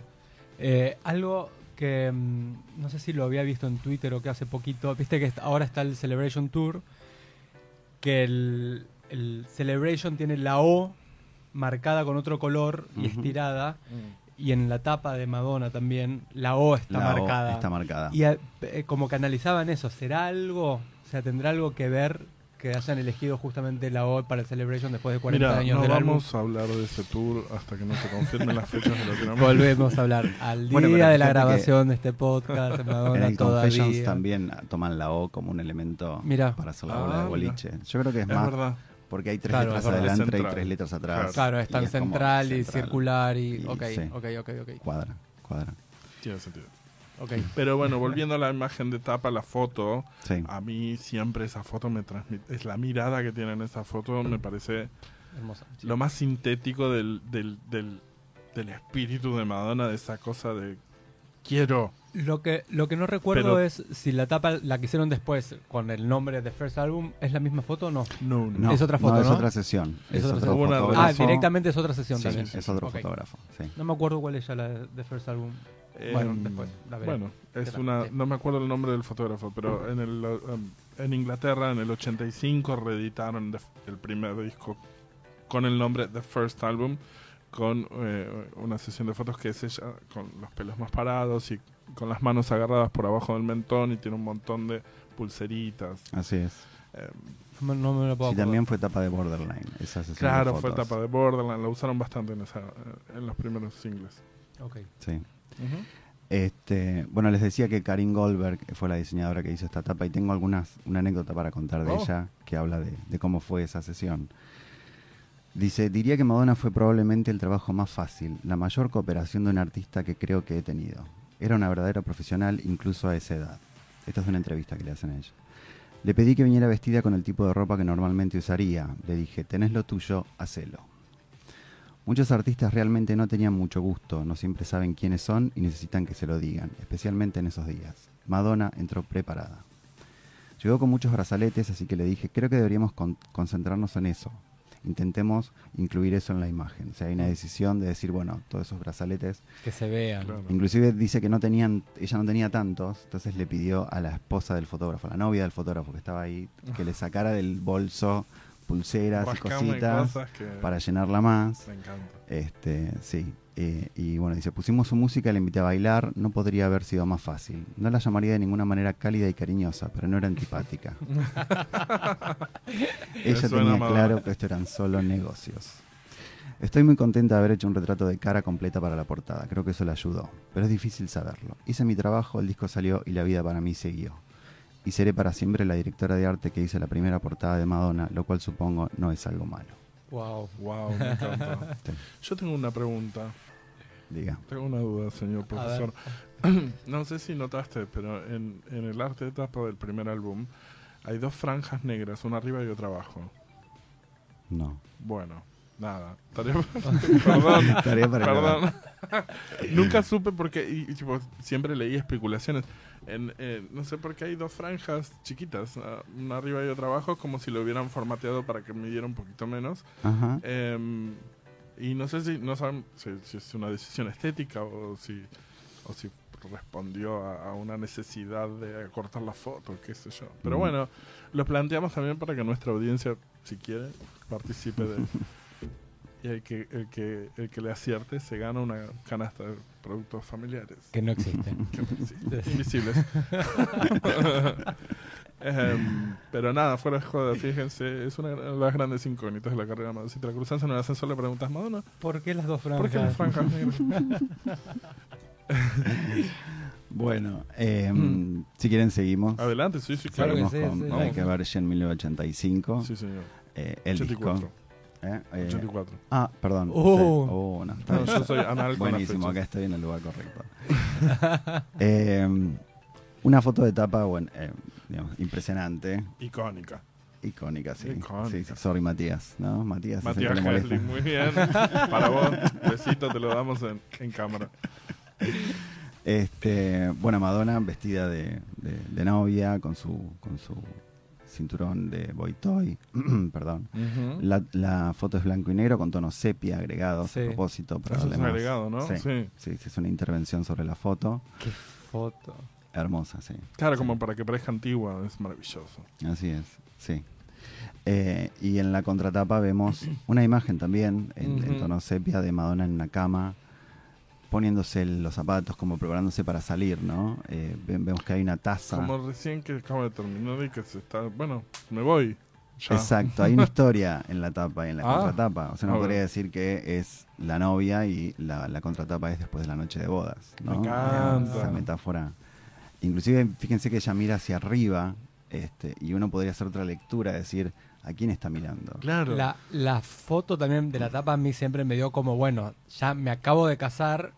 Speaker 1: Eh, algo que mm, no sé si lo había visto en Twitter o que hace poquito, viste que est- ahora está el Celebration Tour, que el, el Celebration tiene la O marcada con otro color y
Speaker 3: Ujú.
Speaker 1: estirada, y en la tapa de Madonna también la O está
Speaker 3: La O
Speaker 1: marcada.
Speaker 3: Está marcada.
Speaker 1: y a- eh, como canalizaban eso, ¿será algo, o sea, tendrá algo que ver que hayan elegido justamente la O para el Celebration después de 40
Speaker 2: Mira,
Speaker 1: años
Speaker 2: no
Speaker 1: del álbum?
Speaker 2: vamos a hablar de ese tour hasta que no se confirmen las fechas de lo que vamos.
Speaker 1: Volvemos a hablar al día
Speaker 3: Bueno, pero
Speaker 1: de la
Speaker 3: fíjate que
Speaker 1: grabación de este podcast. Madonna
Speaker 3: En el
Speaker 1: todavía.
Speaker 3: Confessions también ah, toman la O como un elemento
Speaker 1: Mirá.
Speaker 3: para hacer la
Speaker 2: Ah,
Speaker 3: bola de
Speaker 2: mira.
Speaker 3: boliche. Yo creo que es,
Speaker 2: Es
Speaker 3: más
Speaker 2: verdad.
Speaker 3: porque hay tres
Speaker 1: Claro,
Speaker 3: letras
Speaker 1: es verdad.
Speaker 3: adelante
Speaker 2: Es
Speaker 3: y
Speaker 2: central.
Speaker 3: tres letras atrás.
Speaker 1: Claro, es
Speaker 3: Y
Speaker 1: tan
Speaker 3: como
Speaker 1: central y
Speaker 3: central.
Speaker 1: circular y.
Speaker 3: Y
Speaker 1: ok,
Speaker 3: sí.
Speaker 1: ok, ok, ok.
Speaker 3: Cuadra, cuadra.
Speaker 2: Tiene sentido.
Speaker 1: ok.
Speaker 2: Pero bueno, volviendo a la imagen de tapa, la foto,
Speaker 3: Sí.
Speaker 2: a mí siempre esa foto me transmite, es la mirada que tiene en esa foto, me parece
Speaker 1: Hermoso. Mm. Sí.
Speaker 2: lo más sintético del, del, del del espíritu de Madonna, de esa cosa de quiero.
Speaker 1: Lo que, lo que no recuerdo
Speaker 2: Pero-
Speaker 1: es si la tapa la que hicieron después con el nombre de First Album es la misma foto o no.
Speaker 2: No,
Speaker 3: No,
Speaker 1: Es otra foto,
Speaker 3: es
Speaker 1: ¿no?
Speaker 3: otra sesión.
Speaker 1: Es otra
Speaker 3: otro
Speaker 2: sesión. Una- Ah,
Speaker 1: Ah,
Speaker 3: fotógrafo.
Speaker 1: directamente es otra sesión
Speaker 3: Sí,
Speaker 1: también.
Speaker 3: es otro
Speaker 1: Ok.
Speaker 3: fotógrafo. sí.
Speaker 1: No me acuerdo cuál es ya la de First Album.
Speaker 2: Eh,
Speaker 1: bueno, después la veré.
Speaker 2: bueno, es
Speaker 1: Será,
Speaker 2: una.
Speaker 1: sí.
Speaker 2: No me acuerdo el nombre del fotógrafo, pero en, el, um, en Inglaterra, en el 85, reeditaron the- el primer disco con el nombre The First Album, con eh, una sesión de fotos que es ella con los pelos más parados y con las manos agarradas por abajo del mentón y tiene un montón de pulseritas.
Speaker 3: Así es.
Speaker 2: Eh,
Speaker 1: No, no me lo puedo
Speaker 3: Sí,
Speaker 1: acordar.
Speaker 3: también fue etapa de Borderline. Esa sesión
Speaker 2: claro,
Speaker 3: de
Speaker 2: fue
Speaker 3: fotos.
Speaker 2: etapa de Borderland, la usaron bastante en, esa, en los primeros singles.
Speaker 1: Ok.
Speaker 3: Sí. Este, bueno, les decía que Karin Goldberg fue la diseñadora que hizo esta tapa y tengo algunas una anécdota para contar de
Speaker 2: Oh.
Speaker 3: ella que habla de, de cómo fue esa sesión. Dice, diría que Madonna fue probablemente el trabajo más fácil, la mayor cooperación de un artista que creo que he tenido. Era una verdadera profesional incluso a esa edad. Esta es una entrevista que le hacen a ella. Le pedí que viniera vestida con el tipo de ropa que normalmente usaría. Le dije, tenés lo tuyo, hacelo. Muchos artistas realmente no tenían mucho gusto, no siempre saben quiénes son y necesitan que se lo digan, especialmente en esos días. Madonna entró preparada. Llegó con muchos brazaletes, así que le dije, creo que deberíamos con- concentrarnos en eso. Intentemos incluir eso en la imagen. O sea, hay una decisión de decir, bueno, todos esos brazaletes.
Speaker 1: Que se vean.
Speaker 2: Claro.
Speaker 3: Inclusive dice que no tenían, ella no tenía tantos, entonces le pidió a la esposa del fotógrafo, a la novia del fotógrafo que estaba ahí, que le sacara del bolso pulseras y
Speaker 2: Rascame
Speaker 3: cositas
Speaker 2: cosas que
Speaker 3: para llenarla más.
Speaker 2: me encanta.
Speaker 3: Este, sí. Eh, y bueno, dice, pusimos su música, le invité a bailar, no podría haber sido más fácil. No la llamaría de ninguna manera cálida y cariñosa, pero no era antipática. Ella
Speaker 2: suena
Speaker 3: tenía
Speaker 2: Madonna.
Speaker 3: claro que esto eran solo negocios. Estoy muy contenta de haber hecho un retrato de cara completa para la portada, creo que eso le ayudó, pero es difícil saberlo. Hice mi trabajo, el disco salió y la vida para mí siguió. Y seré para siempre la directora de arte que hizo la primera portada de Madonna, lo cual supongo no es algo malo.
Speaker 1: Wow.
Speaker 2: Wow, me encanta.
Speaker 3: Sí.
Speaker 2: Yo tengo una pregunta,
Speaker 3: Diga.
Speaker 2: tengo una duda, señor profesor. No sé si notaste, pero en, en el arte de tapa del primer álbum hay dos franjas negras, una arriba y otra abajo.
Speaker 3: No.
Speaker 2: Bueno, nada. Tarea- perdón,
Speaker 3: Tarea para
Speaker 2: perdón. Nunca supe por qué, y, y, tipo, siempre leí especulaciones. En, eh, no sé por qué hay dos franjas chiquitas, ah, una arriba y otra abajo, como si lo hubieran formateado para que midiera un poquito menos.
Speaker 3: Ajá.
Speaker 2: Em, y no sé si, no saben si, si es una decisión estética o si, o si respondió a, a una necesidad de cortar la foto, qué sé yo. Pero
Speaker 3: Mm.
Speaker 2: bueno, lo planteamos también para que nuestra audiencia, si quiere, participe de... Y el que, el, que, el que le acierte se gana una canasta de productos familiares.
Speaker 1: Que no existe.
Speaker 2: Que no existen, Invisibles. Em, pero nada, fuera de joda, fíjense, es una de las grandes incógnitas de la carrera. Madonna. Si te la cruzas en el ascensor, le preguntas, Madonna,
Speaker 1: ¿Por qué las dos franjas?
Speaker 2: ¿por qué las franjas negras?
Speaker 3: Bueno, eh, si quieren seguimos.
Speaker 2: Adelante, sí, sí, Mm. claro.
Speaker 1: Claro que
Speaker 3: Seguimos
Speaker 1: sí,
Speaker 3: con
Speaker 1: sí, sí.
Speaker 3: Hay que ver en 1985.
Speaker 2: Sí, señor.
Speaker 3: eh, el
Speaker 2: 84.
Speaker 3: disco. ¿eh? Eh,
Speaker 2: 84.
Speaker 3: ah, perdón.
Speaker 1: Oh.
Speaker 3: Sí. Oh, no, está
Speaker 2: No,
Speaker 3: bien.
Speaker 2: yo soy anal con las
Speaker 3: Buenísimo, acá
Speaker 2: fechas.
Speaker 3: estoy en el lugar correcto. Eh, una foto de tapa, bueno, eh, digamos, impresionante,
Speaker 2: Icónica.
Speaker 3: icónica, sí.
Speaker 2: Icónica.
Speaker 3: Sí, sí, Sorry, Matías, ¿no? Matías,
Speaker 2: Matías
Speaker 3: siempre le molesta.
Speaker 2: Hesling, muy bien. Para vos, besito, te lo damos en, en cámara.
Speaker 3: Este, bueno, Madonna vestida de, de- de novia con su con su cinturón de boy toy, perdón. La, la foto es blanco y negro con tono sepia agregados
Speaker 1: Sí.
Speaker 3: a propósito para
Speaker 2: Eso
Speaker 3: darle
Speaker 2: es un
Speaker 3: más.
Speaker 2: agregado, ¿no?
Speaker 3: Sí.
Speaker 2: Sí.
Speaker 3: Sí, sí, es una intervención sobre la foto,
Speaker 1: Qué foto.
Speaker 3: hermosa, sí.
Speaker 2: Claro, como para que parezca antigua, es maravilloso.
Speaker 3: Así es, sí. Eh, y en la contratapa vemos una imagen también en, en
Speaker 2: Ujú.
Speaker 3: tono sepia de Madonna en una cama, poniéndose los zapatos, como preparándose para salir, ¿no? Eh, ve- vemos que hay una taza.
Speaker 2: Como recién que acabo de terminar y que se está. Bueno, me voy. Ya.
Speaker 3: Exacto, hay una historia en la tapa y en la
Speaker 2: Ah.
Speaker 3: contratapa. O sea,
Speaker 2: Ah,
Speaker 3: no
Speaker 2: bueno.
Speaker 3: podría decir que es la novia y la, la contratapa es después de la noche de bodas. ¿no?
Speaker 2: Me encanta.
Speaker 3: Esa metáfora. Inclusive, fíjense que ella mira hacia arriba este, y uno podría hacer otra lectura, decir, ¿a quién está mirando?
Speaker 2: Claro.
Speaker 1: La, la foto también de la tapa a mí siempre me dio como, bueno, ya me acabo de casar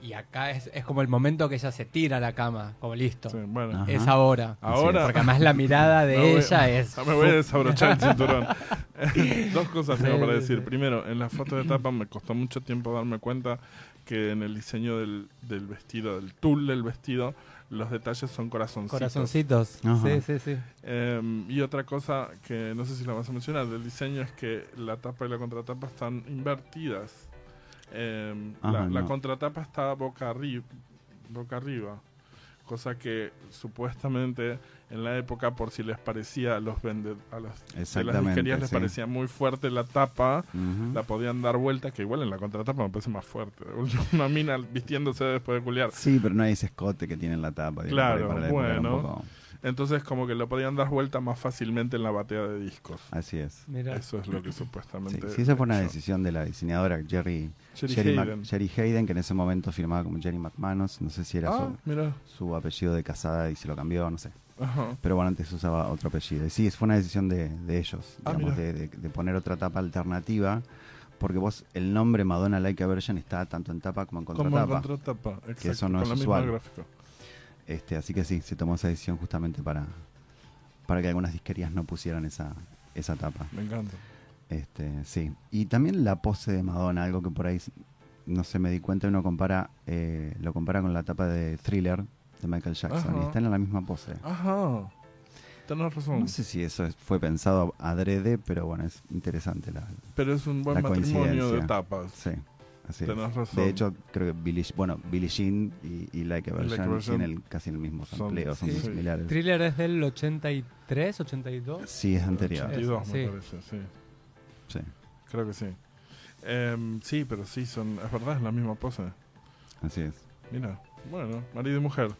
Speaker 1: y acá es, es como el momento que ella se tira a la cama, como listo.
Speaker 2: Sí, bueno.
Speaker 3: Ajá.
Speaker 1: Es ahora.
Speaker 2: Ahora.
Speaker 1: Porque además la mirada de
Speaker 2: Me voy-
Speaker 1: ella es...
Speaker 2: Me voy a desabrochar el cinturón. Dos cosas tengo
Speaker 1: Sí,
Speaker 2: para
Speaker 1: sí,
Speaker 2: decir.
Speaker 1: sí.
Speaker 2: Primero, en la foto de tapa me costó mucho tiempo darme cuenta que en el diseño del, del vestido, del tul del vestido, los detalles son corazoncitos.
Speaker 1: Corazoncitos.
Speaker 3: Ajá.
Speaker 1: Sí, sí, sí.
Speaker 2: Eh, y otra cosa que no sé si la vas a mencionar del diseño es que la tapa y la contratapa están invertidas. Eh,
Speaker 3: Ajá,
Speaker 2: la, la
Speaker 3: Ah, no.
Speaker 2: contratapa está boca, arri- boca arriba, cosa que supuestamente en la época, por si les parecía a los, vende- a los de las
Speaker 3: Exactamente,
Speaker 2: disquerías les
Speaker 3: sí.
Speaker 2: parecía muy fuerte la tapa,
Speaker 3: Ujú.
Speaker 2: la podían dar vuelta, que igual en la contratapa me parece más fuerte. Una mina vistiéndose después de culiar.
Speaker 3: Sí, pero no hay ese escote que tiene en la tapa. digamos,
Speaker 2: Claro,
Speaker 3: por ahí para la época era un
Speaker 2: bueno.
Speaker 3: poco-
Speaker 2: Entonces como que lo podían dar vuelta más fácilmente en la batea de discos.
Speaker 3: Así es.
Speaker 1: Mira.
Speaker 2: Eso es lo que
Speaker 3: Sí,
Speaker 2: supuestamente.
Speaker 3: sí, esa fue una
Speaker 2: yo-
Speaker 3: decisión de la diseñadora Jerry,
Speaker 2: Jerry
Speaker 3: Mac-
Speaker 2: Hayden.
Speaker 3: Jerry Hayden, que en ese momento firmaba como Jerry McManus. No sé si era
Speaker 2: Ah,
Speaker 3: su-
Speaker 2: mira.
Speaker 3: su, apellido de casada y se lo cambió, no sé.
Speaker 2: Ajá.
Speaker 3: Pero bueno, antes usaba otro apellido. Y sí, fue una decisión de, de ellos,
Speaker 2: Ah,
Speaker 3: digamos,
Speaker 2: mira.
Speaker 3: de, de- de poner otra tapa alternativa. Porque vos, el nombre Madonna Like a Virgin está tanto en tapa como en
Speaker 2: Como
Speaker 3: contratapa.
Speaker 2: en contratapa. Exacto.
Speaker 3: eso no
Speaker 2: con
Speaker 3: es
Speaker 2: la
Speaker 3: usual.
Speaker 2: misma gráfica.
Speaker 3: Este, así que sí, se tomó esa decisión justamente para, para que algunas disquerías no pusieran esa, esa tapa.
Speaker 2: Me encanta.
Speaker 3: Este, sí. Y también la pose de Madonna, algo que por ahí s- no se me di cuenta, uno compara, eh, lo compara con la tapa de thriller de Michael Jackson.
Speaker 2: Ajá.
Speaker 3: Y están en la misma pose.
Speaker 2: Ajá. Tenés razón.
Speaker 3: No sé si eso es- fue pensado adrede, pero bueno, es interesante la.
Speaker 2: Pero es un buen
Speaker 3: La
Speaker 2: matrimonio de
Speaker 3: coincidencia.
Speaker 2: tapas.
Speaker 3: Sí. Así es.
Speaker 2: Tenés razón.
Speaker 3: De hecho, creo que Billie, bueno, Billie Jean y, y Like
Speaker 2: Like a
Speaker 3: a Virgin
Speaker 2: Virgin
Speaker 3: tienen el- casi el mismo
Speaker 2: son-
Speaker 3: sampleo, son,
Speaker 1: sí.
Speaker 3: muy
Speaker 2: Sí.
Speaker 3: similares.
Speaker 1: Thriller es del 83, 82.
Speaker 3: Sí, es anterior.
Speaker 2: 82 me
Speaker 1: Sí.
Speaker 2: parece, sí.
Speaker 3: Sí,
Speaker 2: Creo que sí. Em, sí, pero sí, son, es verdad, es la misma pose.
Speaker 3: así es.
Speaker 2: Mira, bueno, marido y mujer.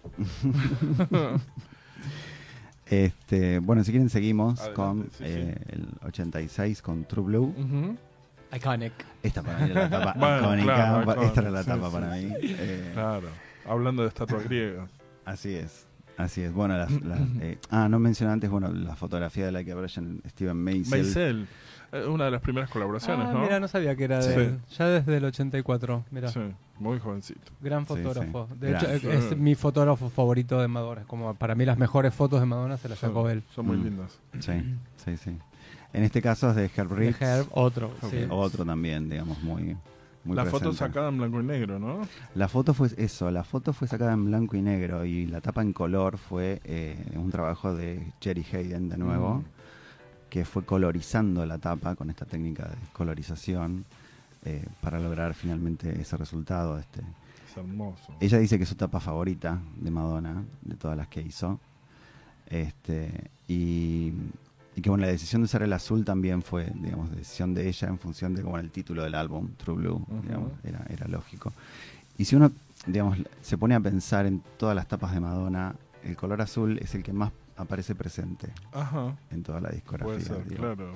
Speaker 3: Este, bueno, si quieren seguimos
Speaker 2: Adelante,
Speaker 3: con
Speaker 2: sí, sí.
Speaker 3: eh, el 86 con True Blue.
Speaker 2: Ujú.
Speaker 1: Iconic.
Speaker 3: Esta para mí era la etapa
Speaker 2: Bueno,
Speaker 3: icónica.
Speaker 2: claro,
Speaker 3: pa-
Speaker 2: icónica,
Speaker 3: Esta era la
Speaker 2: sí,
Speaker 3: etapa
Speaker 2: sí,
Speaker 3: para
Speaker 2: sí.
Speaker 3: mí. Eh,
Speaker 2: Claro, hablando de estatuas griegas.
Speaker 3: Así es. Así es. Bueno, las- las, eh, ah, no mencioné antes, bueno, la fotografía de la que Brian Steven Maisel.
Speaker 2: Maisel, eh, una de las primeras colaboraciones,
Speaker 1: Ah,
Speaker 2: ¿no?
Speaker 1: Mira, no sabía que era de. él. Ya desde el 84. Mira.
Speaker 2: Sí, muy jovencito.
Speaker 1: Gran
Speaker 3: Sí, sí.
Speaker 1: fotógrafo. De
Speaker 3: Gran.
Speaker 1: hecho, es, es mi fotógrafo favorito de Madonna. Es Como para mí las mejores fotos de Madonna se las sacó
Speaker 2: son,
Speaker 1: él.
Speaker 2: son muy
Speaker 3: Mm.
Speaker 2: lindas.
Speaker 3: Sí, sí, sí. En este caso es de Herb
Speaker 1: De
Speaker 3: Reeves,
Speaker 1: Herb, otro.
Speaker 3: que
Speaker 1: sí.
Speaker 3: Otro también, digamos, muy. muy
Speaker 2: la foto
Speaker 3: presente.
Speaker 2: sacada en blanco y negro, ¿no?
Speaker 3: La foto fue eso, la foto fue sacada en blanco y negro y la tapa en color fue eh, un trabajo de Jerry Hayden de nuevo,
Speaker 2: Mm.
Speaker 3: que fue colorizando la tapa con esta técnica de colorización eh, para lograr finalmente ese resultado. Este.
Speaker 2: Es hermoso.
Speaker 3: Ella dice que es su tapa favorita de Madonna, de todas las que hizo. Este, y, y que bueno, la decisión de usar el azul también fue, digamos, decisión de ella en función de como el título del álbum, True Blue,
Speaker 2: Ujú.
Speaker 3: digamos, era, era lógico. Y si uno, digamos, se pone a pensar en todas las tapas de Madonna, el color azul es el que más aparece presente
Speaker 2: Ajá,
Speaker 3: en toda la
Speaker 2: puede
Speaker 3: discografía.
Speaker 2: ser,
Speaker 3: digo.
Speaker 2: claro.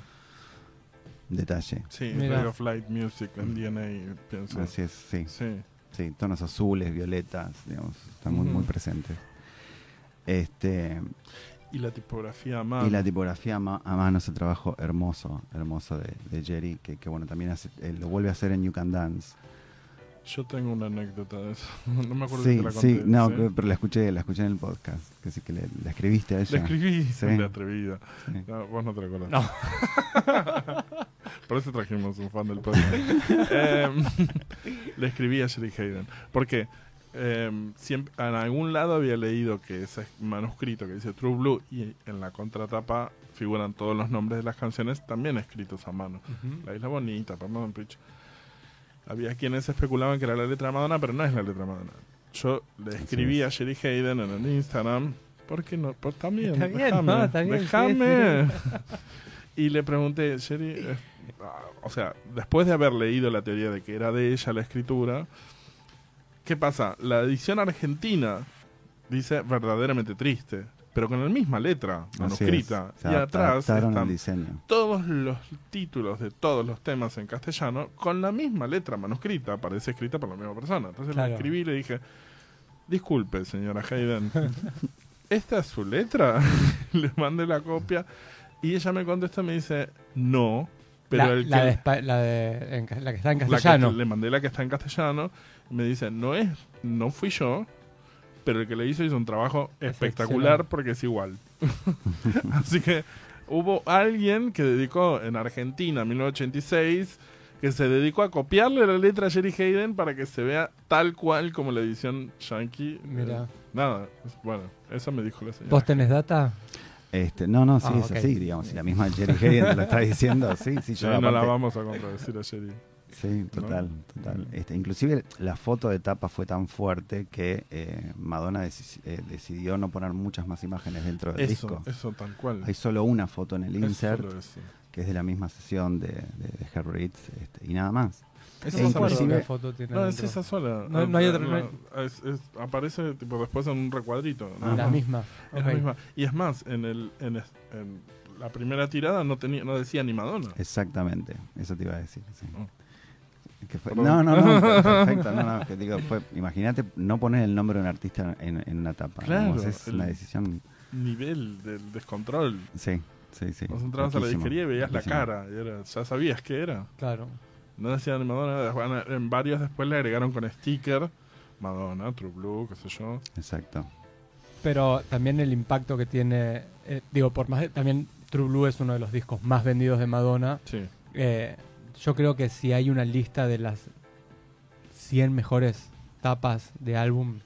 Speaker 3: Detalle.
Speaker 2: Sí,
Speaker 1: Mira.
Speaker 2: Radio Flight Music en DNA, pienso.
Speaker 3: Mm. Así es, sí.
Speaker 2: Sí.
Speaker 3: Sí, tonos azules, violetas, digamos, están muy,
Speaker 2: Ujú.
Speaker 3: muy presentes. Este,
Speaker 2: Y la tipografía a mano.
Speaker 3: Y la tipografía a ma- a mano, ese trabajo hermoso, hermoso de, de Jerry, que, que, bueno, también hace- eh, lo vuelve a hacer en You Can Dance.
Speaker 2: Yo tengo una anécdota de eso. No me acuerdo si
Speaker 3: Sí,
Speaker 2: te la conté.
Speaker 3: sí, no,
Speaker 2: ¿sí?
Speaker 3: pero- pero la escuché, la escuché en el podcast, que sí que le- la escribiste a
Speaker 2: La
Speaker 3: ella.
Speaker 2: escribí,
Speaker 3: Sí.
Speaker 2: de atrevida.
Speaker 3: Sí.
Speaker 2: No, vos no te acordás. Por eso trajimos un fan del podcast. Em, le escribí a Jerry Hayden. Porque em, siempre, en algún lado había leído que ese manuscrito que dice True Blue y en la contratapa figuran todos los nombres de las canciones también escritos a mano.
Speaker 1: Ujú.
Speaker 2: La Isla Bonita, Pamela Pritch. Había quienes especulaban que era la letra de Madonna, pero no es la letra de Madonna. Yo le escribí a Jerry Hayden en el Instagram. ¿Por qué no? Por, también.
Speaker 1: Está bien,
Speaker 2: déjame,
Speaker 1: no, está bien, sí,
Speaker 2: déjame. Y le pregunté, Jerry, eh, ah, o sea, después de haber leído la teoría de que era de ella la escritura, ¿qué pasa? La edición argentina dice verdaderamente triste, pero con la misma letra
Speaker 3: Así es.
Speaker 2: manuscrita.
Speaker 3: Se
Speaker 2: Y
Speaker 3: adap-
Speaker 2: atrás
Speaker 3: adaptaron
Speaker 2: están
Speaker 3: el diseño.
Speaker 2: todos los títulos de todos los temas en castellano con la misma letra manuscrita, parece escrita por la misma persona. Entonces
Speaker 1: Claro.
Speaker 2: le escribí y le dije, disculpe señora Hayden, ¿esta es su letra? le mandé la copia y ella me contesta y me dice, no, pero
Speaker 1: la,
Speaker 2: el
Speaker 1: la
Speaker 2: que...
Speaker 1: de Espa- la de- en ca- la que está en
Speaker 2: la que
Speaker 1: castellano.
Speaker 2: le mandé la que está en castellano y me dice, no es, no fui yo, pero el que le hizo hizo un trabajo espectacular
Speaker 1: Excepcional.
Speaker 2: porque es igual. Así que hubo alguien que dedicó en Argentina, 1986, que se dedicó a copiarle la letra a Jerry Hayden para que se vea tal cual como la edición yankee.
Speaker 1: Mirá.
Speaker 2: Eh, nada, es- bueno, eso me dijo la señora.
Speaker 1: ¿Vos tenés data?
Speaker 3: Este, no, no, sí,
Speaker 1: Ah,
Speaker 3: es
Speaker 1: ok.
Speaker 3: así, digamos. Si la misma Jerry Hayden te lo está diciendo, sí,
Speaker 2: Sí,
Speaker 3: sí, yo
Speaker 2: no la
Speaker 3: aparte-
Speaker 2: vamos a contradecir a Jerry.
Speaker 3: Sí, total, total. Este, inclusive la foto de tapa fue tan fuerte que eh, Madonna deci- eh, decidió no poner muchas más imágenes dentro del
Speaker 2: Eso,
Speaker 3: disco.
Speaker 2: eso tal cual.
Speaker 3: Hay solo una foto en el
Speaker 2: Es
Speaker 3: insert,
Speaker 2: solo eso.
Speaker 3: que es de la misma sesión de, de, de Her Reeds, este, y nada más.
Speaker 2: Eso
Speaker 3: E
Speaker 1: no me
Speaker 2: es
Speaker 1: acuerdo
Speaker 3: inclusive-
Speaker 1: qué foto tiene
Speaker 2: No, es
Speaker 1: adentro.
Speaker 2: esa sola.
Speaker 1: No- no hay otra, no hay-
Speaker 2: es- es- aparece tipo, después en un recuadrito. nada
Speaker 1: La
Speaker 2: más.
Speaker 1: misma.
Speaker 2: Es la
Speaker 1: Ok.
Speaker 2: misma. Y es más, en, el, en, es- en la primera tirada no, tenía, no decía ni Madonna.
Speaker 1: Eh.
Speaker 3: Exactamente, eso te iba a decir. sí.
Speaker 2: Oh.
Speaker 3: Que fue-
Speaker 2: Perdón.
Speaker 3: no, no, no, per- perfecto. No, no, que digo, fue- imagínate no poner el nombre de un artista en, en una tapa.
Speaker 2: Claro,
Speaker 3: digamos, es
Speaker 2: el-
Speaker 3: una decisión.
Speaker 2: Nivel del descontrol.
Speaker 3: Sí, sí, sí.
Speaker 2: Vos entrabas a la
Speaker 3: loquísimo,
Speaker 2: disquería y veías la
Speaker 3: loquísimo.
Speaker 2: cara. y era- ya sabías qué era.
Speaker 1: Claro.
Speaker 2: No decía ni Madonna. bueno, en varios después le agregaron con sticker. Madonna, True Blue, qué sé yo.
Speaker 3: Exacto.
Speaker 1: Pero también el impacto que tiene, eh, digo, por más también True Blue es uno de los discos más vendidos de Madonna.
Speaker 2: Sí.
Speaker 1: Eh, yo creo que si hay una lista de las 100 mejores tapas de álbums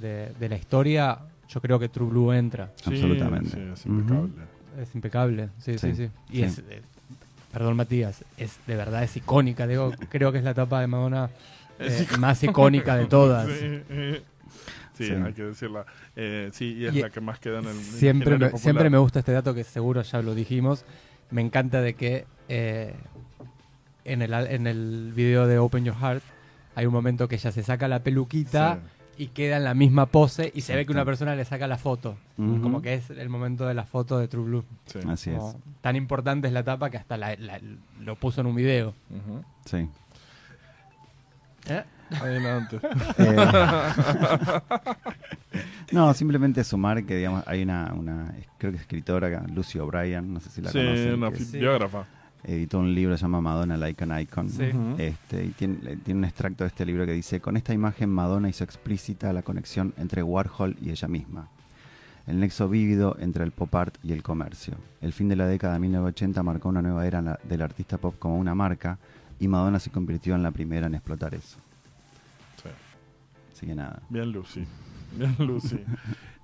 Speaker 1: de, de la historia, yo creo que True Blue entra.
Speaker 2: Sí,
Speaker 3: Absolutamente.
Speaker 2: Sí, es
Speaker 3: Ujú.
Speaker 2: impecable.
Speaker 1: Es impecable, sí, sí,
Speaker 3: Sí,
Speaker 1: sí. Y
Speaker 3: sí.
Speaker 1: es, eh, perdón Matías, es de verdad es icónica, digo, creo que es la tapa de Madonna
Speaker 2: Es
Speaker 1: eh, más icónica de todas.
Speaker 2: Sí, eh. Sí,
Speaker 3: Sí.
Speaker 2: hay que decirla. Eh, sí, y es
Speaker 1: Y-
Speaker 2: la que más queda en el.
Speaker 1: Siempre
Speaker 2: imaginario
Speaker 1: me,
Speaker 2: popular.
Speaker 1: siempre me gusta este dato que seguro ya lo dijimos. Me encanta de que eh, en, el, al- en el video de Open Your Heart hay un momento que ella se saca la peluquita y queda en la misma pose y se ve que una
Speaker 3: Exacto.
Speaker 1: persona le saca la foto.
Speaker 3: Ujú.
Speaker 1: Como que es el momento de la foto de True Blue.
Speaker 2: Sí, sí.
Speaker 3: Así
Speaker 1: Como tan importante es la tapa que hasta la- la- lo puso en un video.
Speaker 2: Ujú.
Speaker 3: es. Sí.
Speaker 2: Adelante.
Speaker 3: Eh, no, simplemente sumar que digamos hay una, una creo que escritora, Lucy O'Brien, no sé si la
Speaker 2: sí,
Speaker 3: conocen,
Speaker 2: una
Speaker 3: que
Speaker 2: fi-
Speaker 3: es-
Speaker 1: Sí.
Speaker 2: biógrafa.
Speaker 3: editó un libro llamado Madonna Like an Icon.
Speaker 1: Sí.
Speaker 2: Ujú.
Speaker 3: Este, y tiene, eh, tiene un extracto de este libro que dice, con esta imagen Madonna hizo explícita la conexión entre Warhol y ella misma. El nexo vívido entre el pop art y el comercio. El fin de la década de 1980 marcó una nueva era en la- del artista pop como una marca y Madonna se convirtió en la primera en explotar eso.
Speaker 2: Sí.
Speaker 3: Así que nada.
Speaker 2: Bien, Lucy. Bien, Lucy.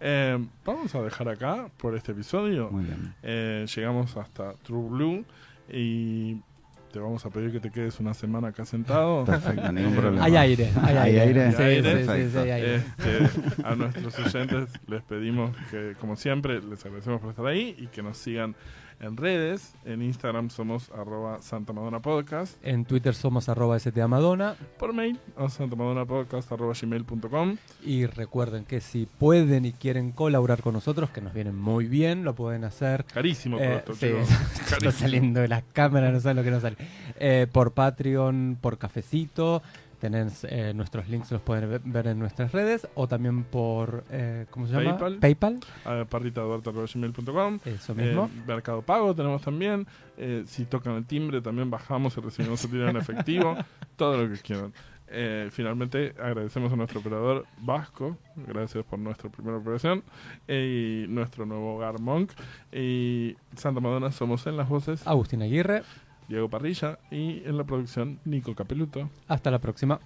Speaker 2: Eh, vamos a dejar acá por este episodio.
Speaker 3: Muy bien.
Speaker 2: Eh, llegamos hasta True Blue y te vamos a pedir que te quedes una semana acá sentado.
Speaker 3: Perfecto, ningún
Speaker 2: Eh,
Speaker 3: problema.
Speaker 1: Hay aire, hay
Speaker 3: Hay
Speaker 1: aire.
Speaker 3: aire.
Speaker 1: Sí,
Speaker 2: Hay
Speaker 1: sí,
Speaker 2: aire.
Speaker 1: sí, sí, hay aire.
Speaker 2: Este, a nuestros oyentes les pedimos que, como siempre, les agradecemos por estar ahí y que nos sigan en redes. En Instagram somos arroba Santa Madonna Podcast.
Speaker 1: En Twitter somos arroba STA Madonna.
Speaker 2: Por mail a santamadonapodcast arroba gmail.com.
Speaker 1: Y recuerden que si pueden y quieren colaborar con nosotros, que nos vienen muy bien, lo pueden hacer.
Speaker 2: Carísimo por
Speaker 1: Eh,
Speaker 2: esto,
Speaker 1: sí,
Speaker 2: chicos.
Speaker 1: está saliendo de las cámaras, no saben lo que nos sale. Eh, por Patreon, por Cafecito, tenés eh, nuestros links, los pueden ve- ver en nuestras redes, o también por, eh, ¿cómo se llama?
Speaker 2: PayPal. A parritaduarte.gmail.com.
Speaker 1: eso
Speaker 2: Eh,
Speaker 1: mismo.
Speaker 2: Mercado Pago tenemos también. Eh, si tocan el timbre, también bajamos y recibimos el dinero en efectivo. todo lo que quieran. Eh, finalmente, agradecemos a nuestro operador Vasco. Gracias por nuestra primera operación. eh, y nuestro nuevo hogar Monk. Y Santa Madonna somos en las voces
Speaker 1: Agustín Aguirre,
Speaker 2: Diego Parrilla. Y en la producción Nico Capeluto.
Speaker 1: hasta la próxima.